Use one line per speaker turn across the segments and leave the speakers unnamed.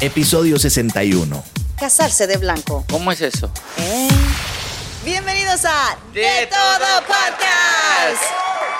episodio 61.
Casarse de blanco.
¿Cómo es eso?
¿Eh? Bienvenidos a
De Todo Podcast.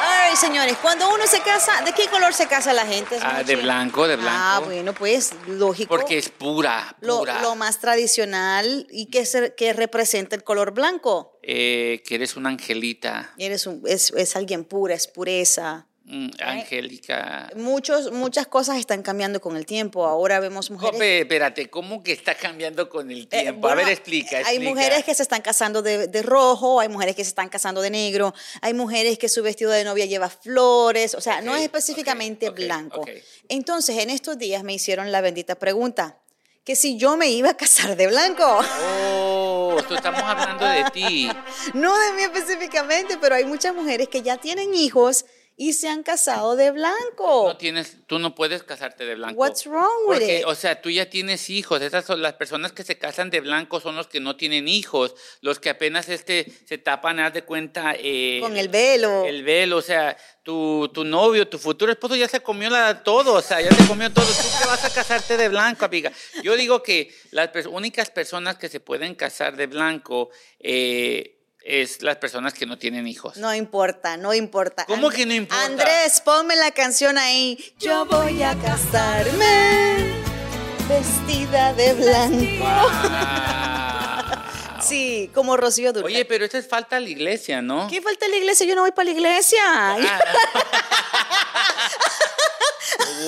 Ay, señores, cuando uno se casa, ¿de qué color se casa la gente?
Ah,
señor
de
Che?
blanco, de blanco.
Ah, bueno, pues lógico.
Porque es pura,
lo,
pura.
lo más tradicional y que, se- que representa el color blanco.
Eh, que eres una angelita,
Eres un- es, es alguien pura, es pureza.
mm, angélica.
Muchos, muchas cosas están cambiando con el tiempo. Ahora vemos mujeres.
Jope, espérate, ¿cómo que está cambiando con el
Eh,
tiempo?
bueno,
A ver, explica,
Hay
explica.
mujeres que se están casando de, de rojo, hay mujeres que se están casando de negro, hay mujeres que su vestido de novia lleva flores, o sea, no
Ok,
es específicamente
ok, ok,
blanco.
ok.
Entonces, en estos días me hicieron la bendita pregunta, que si yo me iba a casar de blanco.
Oh, esto estamos hablando de ti.
No de mí específicamente, pero hay muchas mujeres que ya tienen hijos y se han casado de blanco.
No tienes, tú no puedes casarte de blanco.
What's wrong with
Porque,
it?
O sea, tú ya tienes hijos. Esas son las personas que se casan de blanco son los que no tienen hijos, los que apenas este se tapan, haz de cuenta. eh,
Con el velo.
El velo, o sea, tu, tu novio, tu futuro esposo ya se comió la, todo, o sea, ya se comió todo. Tú te vas a casarte de blanco, amiga. Yo digo que las pers- únicas personas que se pueden casar de blanco eh, es las personas que no tienen hijos.
No importa, no importa.
¿Cómo que no importa?
Andrés, ponme la canción ahí. Yo voy a casarme vestida de blanco.
Wow.
Sí, como Rocío Durcal.
Ah. Oye, pero esa es falta a la iglesia, ¿no?
¿qué falta la iglesia? Yo no voy para la iglesia.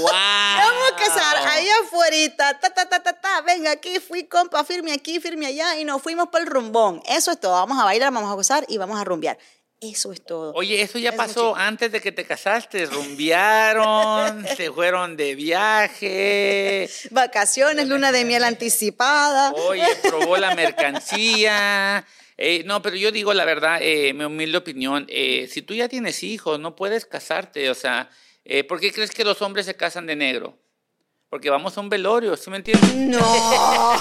wow.
Vamos
Ah.
a casar allá afuera. Ta, ta, ta, ta, ta. Venga aquí, fui compa, firme aquí, firme allá. Y nos fuimos para el rumbón. Eso es todo. Vamos a bailar, vamos a gozar y vamos a rumbear. Eso es todo.
Oye, eso ya
Es
pasó antes de que te casaste. Rumbiaron, se fueron de viaje.
Vacaciones, luna de miel anticipada.
Oye, probó la mercancía. Eh, no, pero yo digo la verdad, eh, mi humilde opinión, eh, si tú ya tienes hijos, no puedes casarte, o sea, eh, ¿por qué crees que los hombres se casan de negro? Porque vamos a un velorio, ¿sí me entiendes?
No.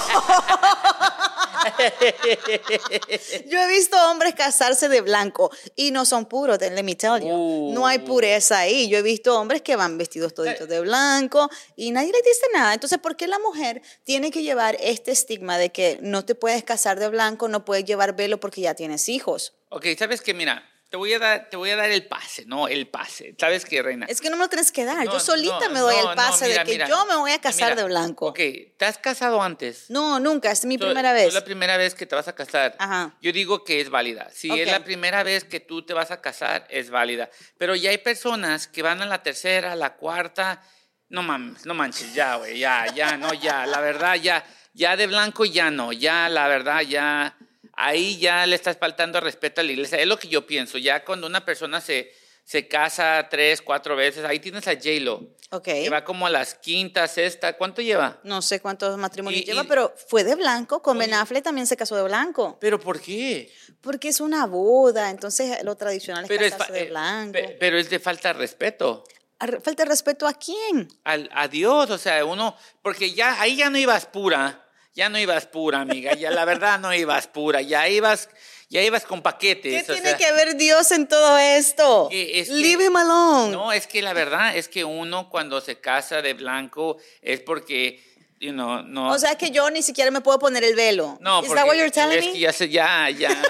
Yo he visto hombres casarse de blanco y no son puros, let me tell you.
Uh.
No hay pureza ahí. Yo he visto hombres que van vestidos toditos de blanco y nadie les dice nada. Entonces, ¿por qué la mujer tiene que llevar este estigma de que no te puedes casar de blanco, no puedes llevar velo porque ya tienes hijos?
Ok, sabes que mira, te voy a dar, te voy a dar el pase, ¿no? El pase. ¿Sabes qué, reina?
Es que no me lo tienes que dar.
No,
yo solita
no,
me doy
no,
el
no,
pase
mira,
de que
mira.
yo me voy a casar
Mira,
de blanco.
Ok, ¿te has casado antes?
No, nunca, es mi
So-
primera
so
vez.
Es la primera vez que te vas a casar.
Ajá.
Yo digo que es válida. Si
Ok.
es la primera vez que tú te vas a casar, es válida. Pero ya hay personas que van a la tercera, a la cuarta. No mames, no manches, ya, güey, ya, ya, no, ya. La verdad, ya, ya de blanco ya no, ya, la verdad, ya. Ahí ya le estás faltando respeto a la iglesia. Es lo que yo pienso. Ya cuando una persona se, se casa tres, cuatro veces, ahí tienes a J-Lo.
Ok.
Que va como a las quintas, sexta. ¿Cuánto lleva?
No sé cuántos matrimonios
Y-
lleva,
y-
pero fue de blanco. Con Ben Affleck también se casó de blanco.
¿Pero por qué?
Porque es una boda, entonces lo tradicional es
pero es,
casarse
fa-
de
eh,
blanco.
pe- pero es de falta de respeto
Ar- ¿Falta de respeto a quién?
al, a Dios, o sea, uno, porque ya ahí ya no ibas pura, ya no ibas pura, amiga, ya la verdad no ibas pura, ya ibas, ya ibas con paquetes.
¿Qué
o
tiene
sea,
que ver Dios en todo esto?
que es que-
Leave him alone.
No, es que la verdad es que uno cuando se casa de blanco es porque, you know, no.
O sea que yo ni siquiera me puedo poner el velo.
no,
¿Is
porque
that what you're telling
es
me?
que ya se, ya, ya,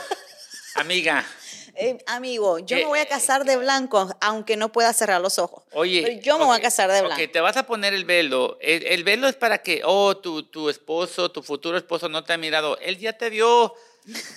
amiga.
Eh, amigo, yo me
Eh,
voy a casar de blanco, aunque no pueda cerrar los ojos.
Oye,
Pero yo me voy a
ok,
casar de
ok,
blanco.
te vas a poner el velo. El, el velo es para que, oh, tu, tu esposo, tu futuro esposo no te ha mirado. Él ya te vio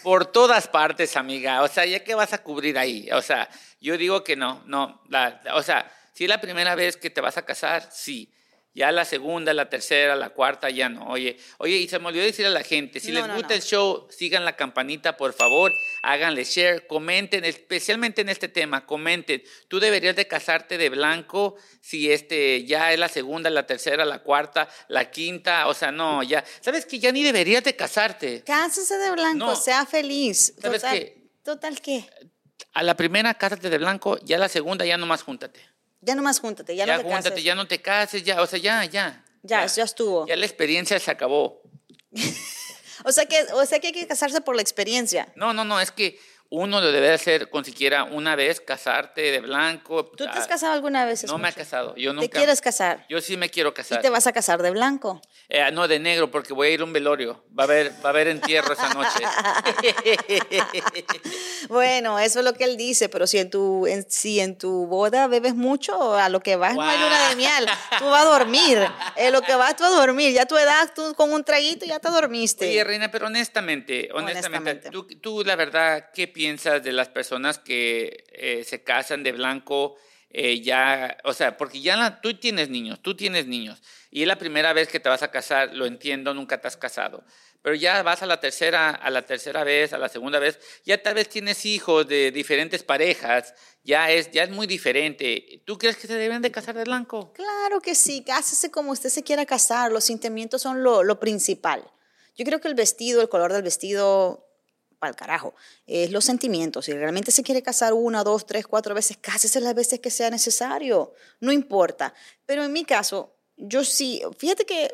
por todas partes, amiga. O sea, ¿ya qué vas a cubrir ahí? O sea, yo digo que no, no. La- la- o sea, si es la primera vez que te vas a casar, sí. Ya la segunda, la tercera, la cuarta, ya no. Oye, oye, y se me olvidó decir a la gente, si
No,
les
no,
gusta
no.
el show, sigan la campanita, por favor, háganle share, comenten, especialmente en este tema, comenten. Tú deberías de casarte de blanco si este ya es la segunda, la tercera, la cuarta, la quinta, o sea, no, ya. ¿Sabes que ya ni deberías de casarte?
Cásese de blanco,
No.
sea feliz.
¿Sabes
total,
qué?
¿Total qué?
A la primera cásate de blanco, ya a la segunda ya nomás júntate.
Ya nomás júntate, ya,
Ya,
no te
júntate,
cases.
ya no te cases, ya, o sea, ya, ya.
Ya, eso ya estuvo.
Ya la experiencia se acabó.
O sea que, o sea que hay que casarse por la experiencia.
No, no, no, es que uno lo debe hacer con siquiera una vez, casarte de blanco. ah,
¿Tú te has casado alguna vez?
No
Escucha?
me he casado, yo nunca.
¿Te quieres casar?
Yo sí me quiero
¿Y
casar.
te vas a casar de blanco?
Eh, no, de negro, porque voy a ir a un velorio. Va a haber, va a haber entierro esa noche.
Bueno, eso es lo que él dice, pero si en tu, en- si en tu boda bebes mucho, a lo que vas no hay
Guau.
luna de miel, tú vas a dormir, en lo que vas tú a dormir, ya a tu edad, tú con un traguito ya te dormiste.
Oye, Reina, pero honestamente, honestamente,
Este, Honestamente.
Tú, tú, la verdad, ¿qué piensas de las personas que eh, se casan de blanco eh, ya? O sea, porque ya la- tú tienes niños, tú tienes niños. Y es la primera vez que te vas a casar, lo entiendo, nunca te has casado. Pero ya vas a la tercera, a la tercera vez, a la segunda vez, ya tal vez tienes hijos de diferentes parejas, ya es, ya es muy diferente. ¿Tú crees que se deben de casar de blanco?
Claro que sí, cásese como usted se quiera casar, los sentimientos son lo, lo principal. Yo creo que el vestido, el color del vestido, pa'l carajo, es los sentimientos. Si realmente se quiere casar una, dos, tres, cuatro veces, cásese las veces que sea necesario, no importa. Pero en mi caso, yo sí, fíjate que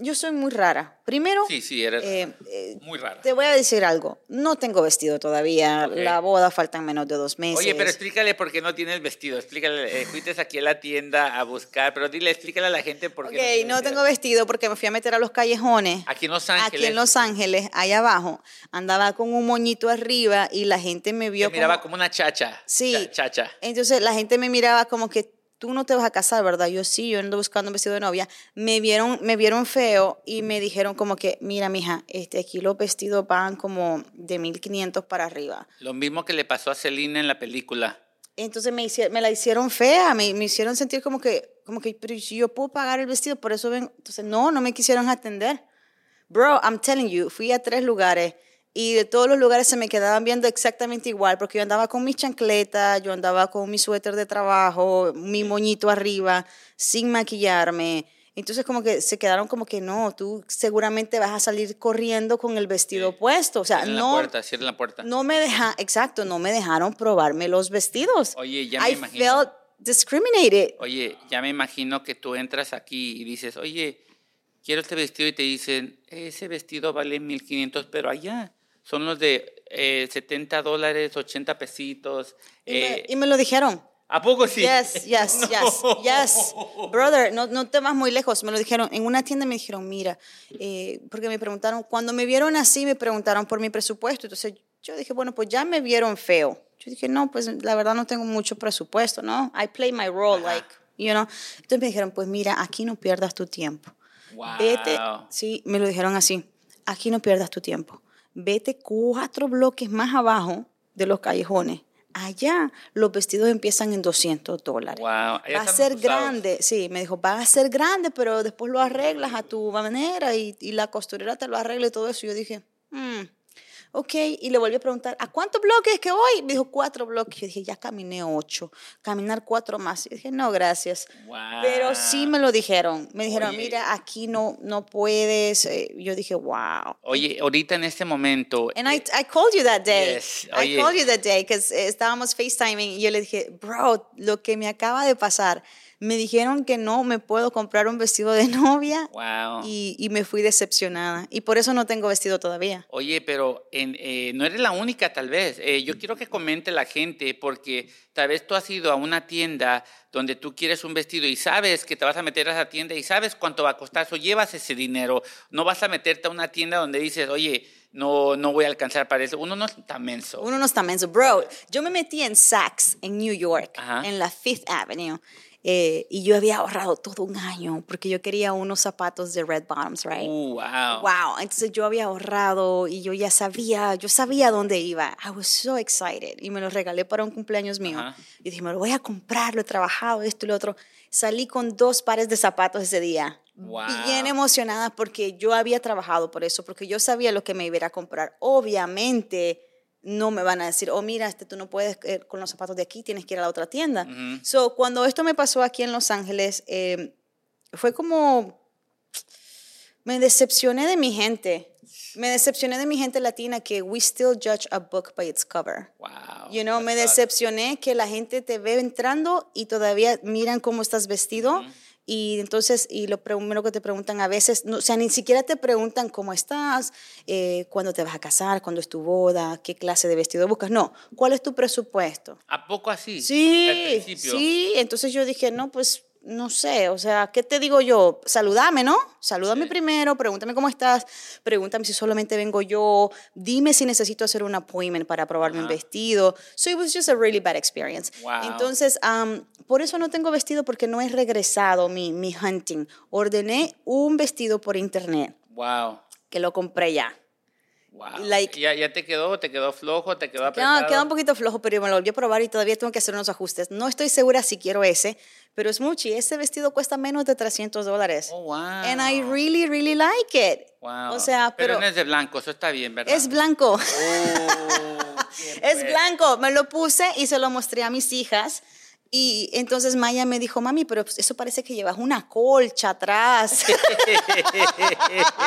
yo soy muy rara. Primero,
Sí, sí, eres
eh, eh,
muy rara.
te voy a decir algo, no tengo vestido todavía,
Ok.
la boda faltan menos de dos meses.
Oye, pero explícale por qué no tienes vestido. Explícale, eh, fuiste aquí a la tienda a buscar, pero dile, explícale a la gente por qué.
Ok,
tienes
no
vestido.
tengo vestido porque me fui a meter a los callejones.
Aquí en Los Ángeles.
Aquí en Los Ángeles, allá abajo, andaba con un moñito arriba y la gente me
Te
vio
miraba
como...
como una chacha.
Sí.
Cha- Chacha.
Entonces la gente me miraba como que tú no te vas a casar, ¿verdad? Yo sí, yo ando buscando un vestido de novia. Me vieron, me vieron feo y me dijeron como que, mira, mija, este, aquí los vestidos van como de 1500 para arriba.
Lo mismo que le pasó a Celina en la película.
Entonces me, hicie- me la hicieron fea, me, me hicieron sentir como que, como que, pero si yo puedo pagar el vestido, por eso ven. Entonces, no, no me quisieron atender. Bro, I'm telling you, fui a tres lugares y de todos los lugares se me quedaban viendo exactamente igual, porque yo andaba con mis chancletas, yo andaba con mi suéter de trabajo, mi moñito arriba, sin maquillarme. Entonces como que se quedaron como que no, tú seguramente vas a salir corriendo con el vestido
Sí.
puesto, o sea,
Cierren
no
la puerta, cierren la puerta.
no me deja, exacto, no me dejaron probarme los vestidos.
Oye, ya me
I
imagino.
felt discriminated.
Oye, ya me imagino que tú entras aquí y dices, oye, quiero este vestido y te dicen, ese vestido vale 1500, pero allá son los de eh, 70 dólares, 80 pesitos.
Y, me,
eh,
y me lo dijeron.
¿A poco sí?
Yes, yes, yes,
No.
yes. Brother, no, no te vas muy lejos. Me lo dijeron. En una tienda me dijeron, mira, eh, porque me preguntaron, cuando me vieron así, me preguntaron por mi presupuesto. Entonces yo dije, bueno, pues ya me vieron feo. Yo dije, no, pues la verdad no tengo mucho presupuesto, ¿no? I play my role,
Ajá.
like, you know. Entonces me dijeron, pues mira, aquí no pierdas tu tiempo.
Wow.
Vete, sí, me lo dijeron así, aquí no pierdas tu tiempo. Vete cuatro bloques más abajo de los callejones. Allá los vestidos empiezan en 200 dólares.
Wow, ya
Va a
están
ser
usados.
grande, sí, me dijo, va a ser grande, pero después lo arreglas a tu manera y, y la costurera te lo arregla y todo eso. Y yo dije, "Mm, ok, y le volví a preguntar, ¿a cuántos bloques es que voy? Me dijo, cuatro bloques. Yo dije, ya caminé ocho, caminar cuatro más. Y dije, no, gracias.
Wow.
Pero sí me lo dijeron. Me dijeron,
Oye.
mira, aquí no, no puedes. Eh, Yo dije, wow.
Oye, ahorita en este momento.
And I, I called you that day.
Yes,
I
oye.
called you that day because estábamos FaceTiming y yo le dije, bro, lo que me acaba de pasar, me dijeron que no me puedo comprar un vestido de novia
Wow.
y, y me fui decepcionada. Y por eso no tengo vestido todavía.
Oye, pero en- eh, no eres la única, tal vez. Eh, yo quiero que comente la gente, porque tal vez tú has ido a una tienda donde tú quieres un vestido y sabes que te vas a meter a esa tienda y sabes cuánto va a costar. O llevas ese dinero. No vas a meterte a una tienda donde dices, oye, no, no voy a alcanzar para eso. Uno no es tan menso.
Uno no está menso. Bro, yo me metí en Saks, en New York,
Ajá.
en la Fifth Avenue. eh, y yo había ahorrado todo un año porque yo quería unos zapatos de Red Bottoms, right?
Uh, wow.
Wow, entonces yo había ahorrado y yo ya sabía, yo sabía dónde iba. I was so excited y me lo regalé para un cumpleaños mío.
Ajá.
Y dije, me lo voy a comprar, lo he trabajado, esto y lo otro. Salí con dos pares de zapatos ese día.
Wow.
Bien emocionada porque yo había trabajado por eso, porque yo sabía lo que me iba a comprar. Obviamente no me van a decir, oh, mira, este, tú no puedes eh, con los zapatos de aquí, tienes que ir a la otra tienda.
Ujú.
So, cuando esto me pasó aquí en Los Ángeles, eh, fue como. Me decepcioné de mi gente. Me decepcioné de mi gente latina que we still judge a book by its cover.
Wow.
You know, me
That's-
decepcioné que la gente te ve entrando y todavía miran cómo estás vestido Y entonces, y lo primero que te preguntan a veces, no, o sea, ni siquiera te preguntan cómo estás, eh, cuándo te vas a casar, cuándo es tu boda, qué clase de vestido buscas. No, ¿cuál es tu presupuesto?
¿A poco así? Al
Sí,
principio.
sí. Entonces yo dije, no, pues no sé, o sea, ¿qué te digo yo? Saludame, ¿no? Salúdame
Sí.
primero, pregúntame cómo estás, pregúntame si solamente vengo yo, dime si necesito hacer un appointment para probarme un
Ajá.
vestido. So it was just a really bad experience.
Wow.
Entonces, am, por eso no tengo vestido porque no he regresado mi, mi hunting. Ordené un vestido por internet
Wow.
que lo compré ya.
Wow.
Like-
ya, ya te quedó, te quedó flojo, te quedó apretado.
Queda, queda un poquito flojo, pero me lo volví a probar y todavía tengo que hacer unos ajustes. No estoy segura si quiero ese, pero es mucho y ese vestido cuesta menos de 300 dólares.
Oh, wow.
And I really, really like it.
Wow.
O sea, pero,
no es de blanco, eso está bien, ¿verdad?
es blanco.
Oh, qué
Es
pues.
blanco, me lo puse y se lo mostré a mis hijas. Y entonces Maya me dijo, mami, pero pues, eso parece que llevas una colcha atrás.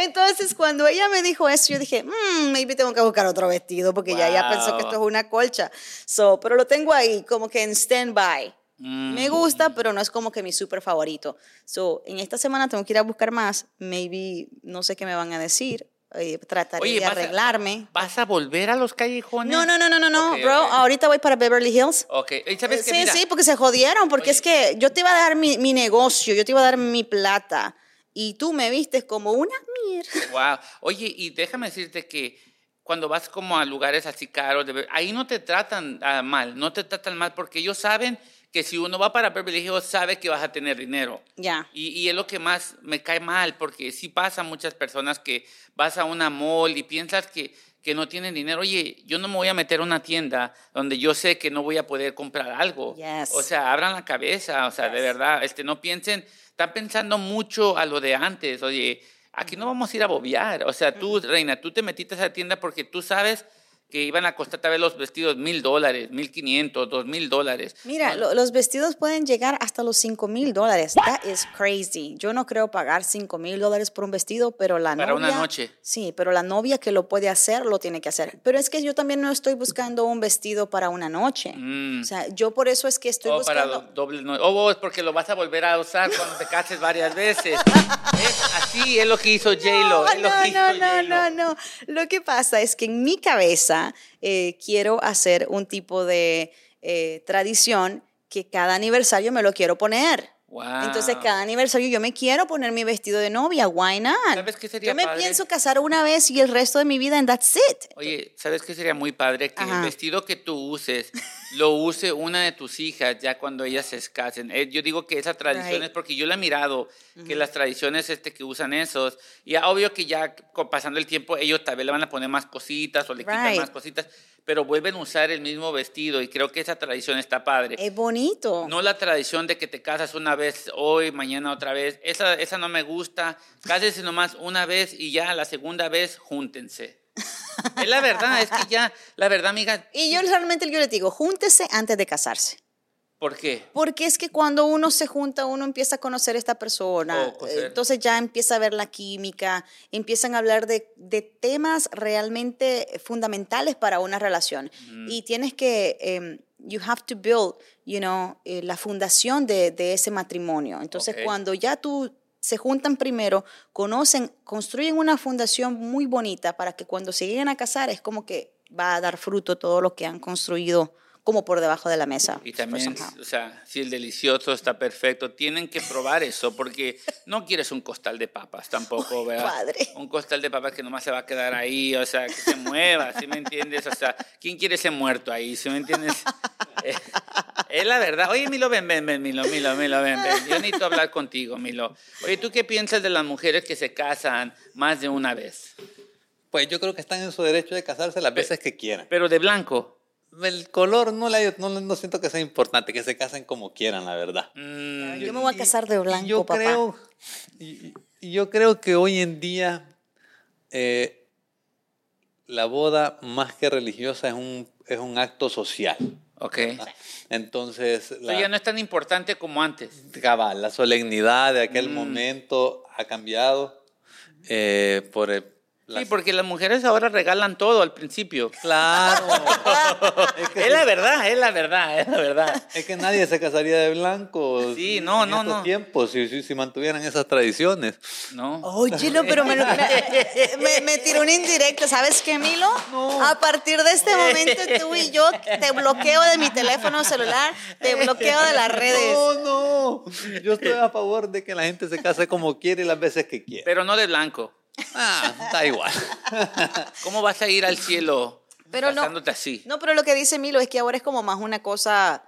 entonces cuando ella me dijo eso, yo dije, "Mm, maybe tengo que buscar otro vestido porque ya ella pensó que esto
Wow.
es una colcha. So, pero lo tengo ahí como que en stand-by.
Mm.
Me gusta, pero no es como que mi súper favorito. So, en esta semana tengo que ir a buscar más. Maybe, no sé qué me van a decir. Eh, trataré
Oye,
de
vas a-
arreglarme.
¿Vas a volver a los callejones?
No, no, no, no, no, no,
Ok,
bro.
ok.
Ahorita voy para Beverly Hills.
Ok, y sabes
Eh, sí,
que mira,
sí, porque se jodieron, porque
Oye.
es que yo te iba a dar mi, mi negocio, yo te iba a dar mi plata y tú me vistes como una mierda.
Wow. Oye, y déjame decirte que cuando vas como a lugares así caros, de ver- ahí no te tratan ah, mal, no te tratan mal porque ellos saben que si uno va para Beverly Hills sabe que vas a tener dinero.
Ya.
Y, y es lo que más me cae mal, porque sí pasa a muchas personas que vas a una mall y piensas que, que no tienen dinero. Oye, yo no me voy a meter a una tienda donde yo sé que no voy a poder comprar algo.
Yes.
O sea, abran la cabeza, o sea, de
Yes.
verdad, este, no piensen, están pensando mucho a lo de antes. Oye, aquí no vamos a ir a bobear. O sea, tú, Reina, tú te metiste a esa tienda porque tú sabes que iban a costar tal vez los vestidos mil dólares, mil quinientos, dos mil dólares.
Mira,
No,
lo- los vestidos pueden llegar hasta los 5 mil dólares. That is crazy. Yo no creo pagar 5 mil dólares por un vestido, pero la
Para
novia.
una noche.
Sí, pero la novia que lo puede hacer, lo tiene que hacer. Pero es que yo también no estoy buscando un vestido para una noche.
Mm.
O sea, yo por eso es que estoy
o
buscando.
para do- doble no. O vos, porque lo vas a volver a usar cuando te cases varias veces. Es así es lo que hizo J-Lo.
No,
es lo
no,
que hizo
no, no,
J-Lo.
no, no. Lo que pasa es que en mi cabeza eh, quiero hacer un tipo de eh, tradición que cada aniversario me lo quiero poner.
Wow.
Entonces cada aniversario yo me quiero poner mi vestido de novia, why not?
¿Sabes qué sería
yo me
padre?
pienso casar una vez y el resto de mi vida and that's it.
Oye, ¿sabes qué sería muy padre? Que
Ajá.
el vestido que tú uses lo use una de tus hijas ya cuando ellas se casen. Eh, Yo digo que esa tradición
Right.
es porque yo la he mirado, que las tradiciones este, que usan esos, y ya obvio que ya co- pasando el tiempo ellos tal vez le van a poner más cositas o le quitan
Right.
más cositas, pero vuelven a usar el mismo vestido y creo que esa tradición está padre.
Es bonito.
No la tradición de que te casas una vez hoy, mañana otra vez. Esa, esa no me gusta. Cásense nomás una vez y ya la segunda vez júntense. Es la verdad, es que ya, la verdad, amiga.
Y yo realmente yo les digo, júntese antes de casarse.
¿Por qué?
Porque es que cuando uno se junta, uno empieza a conocer a esta persona. eh,
Oh, conocer.
Entonces ya empieza a ver la química, empiezan a hablar de, de temas realmente fundamentales para una relación.
Mm.
Y tienes que, em, you have to build, you know, eh, la fundación de, de ese matrimonio. Entonces
Ok.
cuando ya tú se juntan primero, conocen, construyen una fundación muy bonita para que cuando se lleguen a casar es como que va a dar fruto todo lo que han construido como por debajo de la mesa.
Y
for
también,
somehow.
o sea, si el delicioso está perfecto, tienen que probar eso, porque no quieres un costal de papas tampoco, ¿verdad?
padre.
Un costal de papas que nomás se va a quedar ahí, o sea, que se mueva, ¿sí me entiendes? O sea, ¿quién quiere ese muerto ahí, ¿sí me entiendes? Eh, es la verdad. Oye, Milo, ven, ven, ven, Milo, Milo, Milo, ven, ven. Yo necesito hablar contigo, Milo. Oye, ¿tú qué piensas de las mujeres que se casan más de una vez?
Pues yo creo que están en su derecho de casarse las veces que quieran.
Pero de blanco.
El color no, le- no, no siento que sea importante, que se casen como quieran, la verdad.
Mm,
Yo me voy a
Y-
casar de
y
blanco,
yo
papá.
Creo, y, y yo creo que hoy en día eh, la boda, más que religiosa, es un, es un acto social.
ok.
Ah,
¿verdad? Entonces,
Eso ya no es tan importante como antes.
Cabal, la solemnidad de aquel
Mm.
momento ha cambiado eh, por el-
Sí, porque las mujeres ahora regalan todo al principio.
Claro. es, que,
Es la verdad, es la verdad, es la verdad.
es que nadie se casaría de blanco.
Sí, no,
en
no,
estos
no.
tiempos, si, si- si mantuvieran esas tradiciones.
No.
Oye, no, pero me, lo- me, me tiró un indirecto. ¿Sabes qué, Milo? A partir de este momento tú y yo te bloqueo de mi teléfono celular, te bloqueo de las redes.
No, no. Yo estoy a favor de que la gente se case como quiere y las veces que quiere.
Pero no de blanco.
Ah, da igual.
¿Cómo vas a ir al cielo
Pero no,
casándote así?
no, pero lo que dice Milo es que ahora es como más una cosa,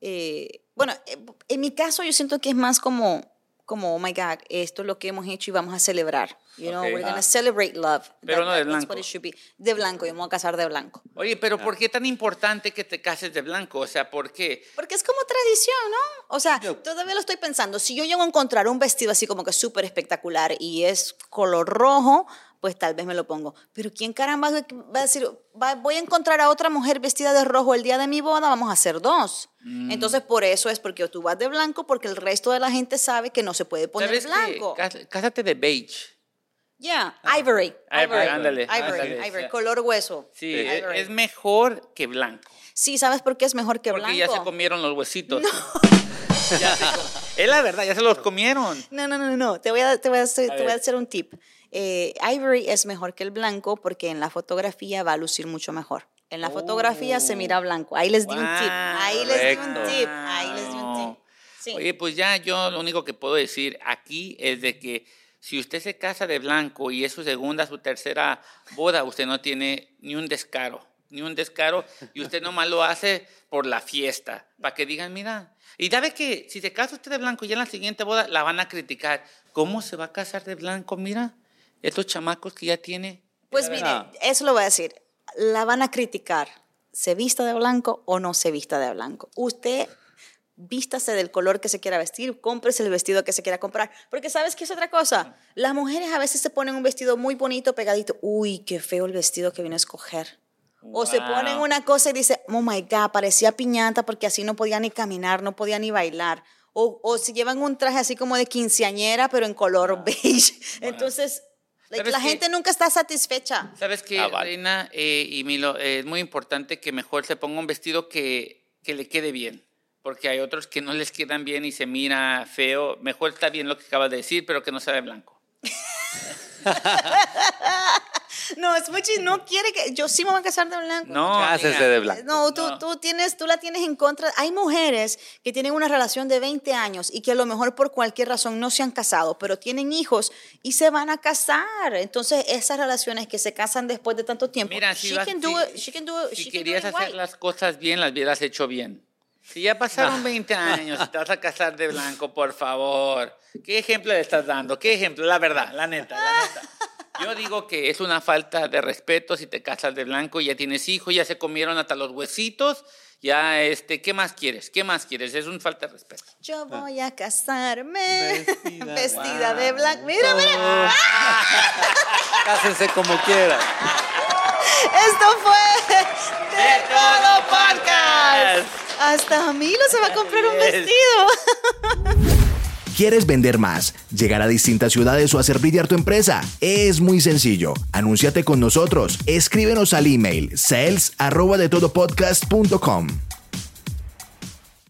eh, bueno, eh, en mi caso yo siento que es más como, como, oh my God, esto es lo que hemos hecho y vamos a celebrar. You know,
Ok.
we're gonna
Ah.
celebrate love.
Pero no de
that's
blanco.
what it should be. De blanco, yo me voy a casar de blanco.
Oye, pero ¿por qué tan importante que te cases de blanco? O sea, ¿por qué?
Porque es como tradición, ¿no? O sea,
Yo-
todavía lo estoy pensando. Si yo llego a encontrar un vestido así como que súper espectacular y es color rojo, pues tal vez me lo pongo. Pero ¿quién caramba va a decir, va- voy a encontrar a otra mujer vestida de rojo el día de mi boda? Vamos a hacer dos.
Mm.
Entonces, por eso es porque tú vas de blanco, porque el resto de la gente sabe que no se puede poner
¿Sabes qué?
Pues blanco. Ya,
Cas- Cásate de beige.
ivory.
Ah. Ivory,
Ivory,
ándale,
Ivory,
ándale,
ivory,
sí.
color hueso.
Sí, e-
Ivory.
es mejor que blanco.
Sí, ¿sabes por qué es mejor que
porque
blanco?
ya se comieron los huesitos. Ya se com- es la verdad, ya se los comieron.
No, no, no, no, no. Te voy a, te voy a, hacer, te voy a
ver.
hacer un tip. Eh, Ivory es mejor que el blanco porque en la fotografía va a lucir mucho mejor. En la fotografía se mira blanco. Ahí les di un tip.
Wow,
Ahí les di un
correcto.
tip. Ahí les di un tip. Sí.
Oye, pues ya yo lo único que puedo decir aquí es de que si usted se casa de blanco y es su segunda, su tercera boda, usted no tiene ni un descaro, ni un descaro, y usted nomás lo hace por la fiesta, para que digan, mira, y sabe que si se casa usted de blanco y en la siguiente boda la van a criticar, ¿cómo se va a casar de blanco? Mira, estos chamacos que ya tiene.
pues mire,
verdad.
eso lo voy a decir. La van a criticar. ¿Se vista de blanco o no se vista de blanco? Usted vístase del color que se quiera vestir, cómprese el vestido que se quiera comprar. Porque sabes qué es otra cosa. Las mujeres a veces se ponen un vestido muy bonito pegadito. Uy, qué feo el vestido que vino a escoger. O se
Wow.
ponen una cosa y dice, oh my God, parecía piñata porque así no podía ni caminar, no podía ni bailar. O, o si llevan un traje así como de quinceañera, pero en color beige. Entonces, like,
Ah, Pero es
la
que-
gente nunca está satisfecha.
¿Sabes qué,
Ah, vale.
Reina eh, y Milo? eh, es muy importante que mejor se ponga un vestido que, que le quede bien. Porque hay otros que no les quedan bien y se mira feo. Mejor está bien lo que acabas de decir, pero que no sea de blanco.
No, Smuchi no quiere que. Yo sí me voy a casar de blanco.
No.
Cásese
amiga.
de blanco.
Eh, No, tú,
No.
tú tienes, tú la tienes en contra. Hay mujeres que tienen una relación de 20 años y que a lo mejor por cualquier razón no se han casado, pero tienen hijos y se van a casar. Entonces, esas relaciones que se casan después de tanto tiempo,
Mira, si,
she,
vas-
can do
si-
it, she can do it,
si
she can do it
querías
in
hacer
white.
las cosas bien, las hubieras hecho bien. Si ya pasaron 20 años y te vas a casar de blanco, por favor. ¿Qué ejemplo le estás dando? ¿Qué ejemplo? La verdad, la neta, la neta. Yo digo que es una falta de respeto si te casas de blanco y ya tienes hijos, ya se comieron hasta los huesitos, ya este, ¿qué más quieres? ¿Qué más quieres? Es un falta de respeto.
Yo voy a casarme vestida,
Vestida.
de blanco. Mira, mira.
Cásense como quieran.
Esto fue
¡De todo podcast!
Hasta Milo se va a comprar un vestido.
¿Quieres vender más? ¿Llegar a distintas ciudades o hacer brillar tu empresa? Es muy sencillo. Anúnciate con nosotros. Escríbenos al email sales@detodopodcast.com.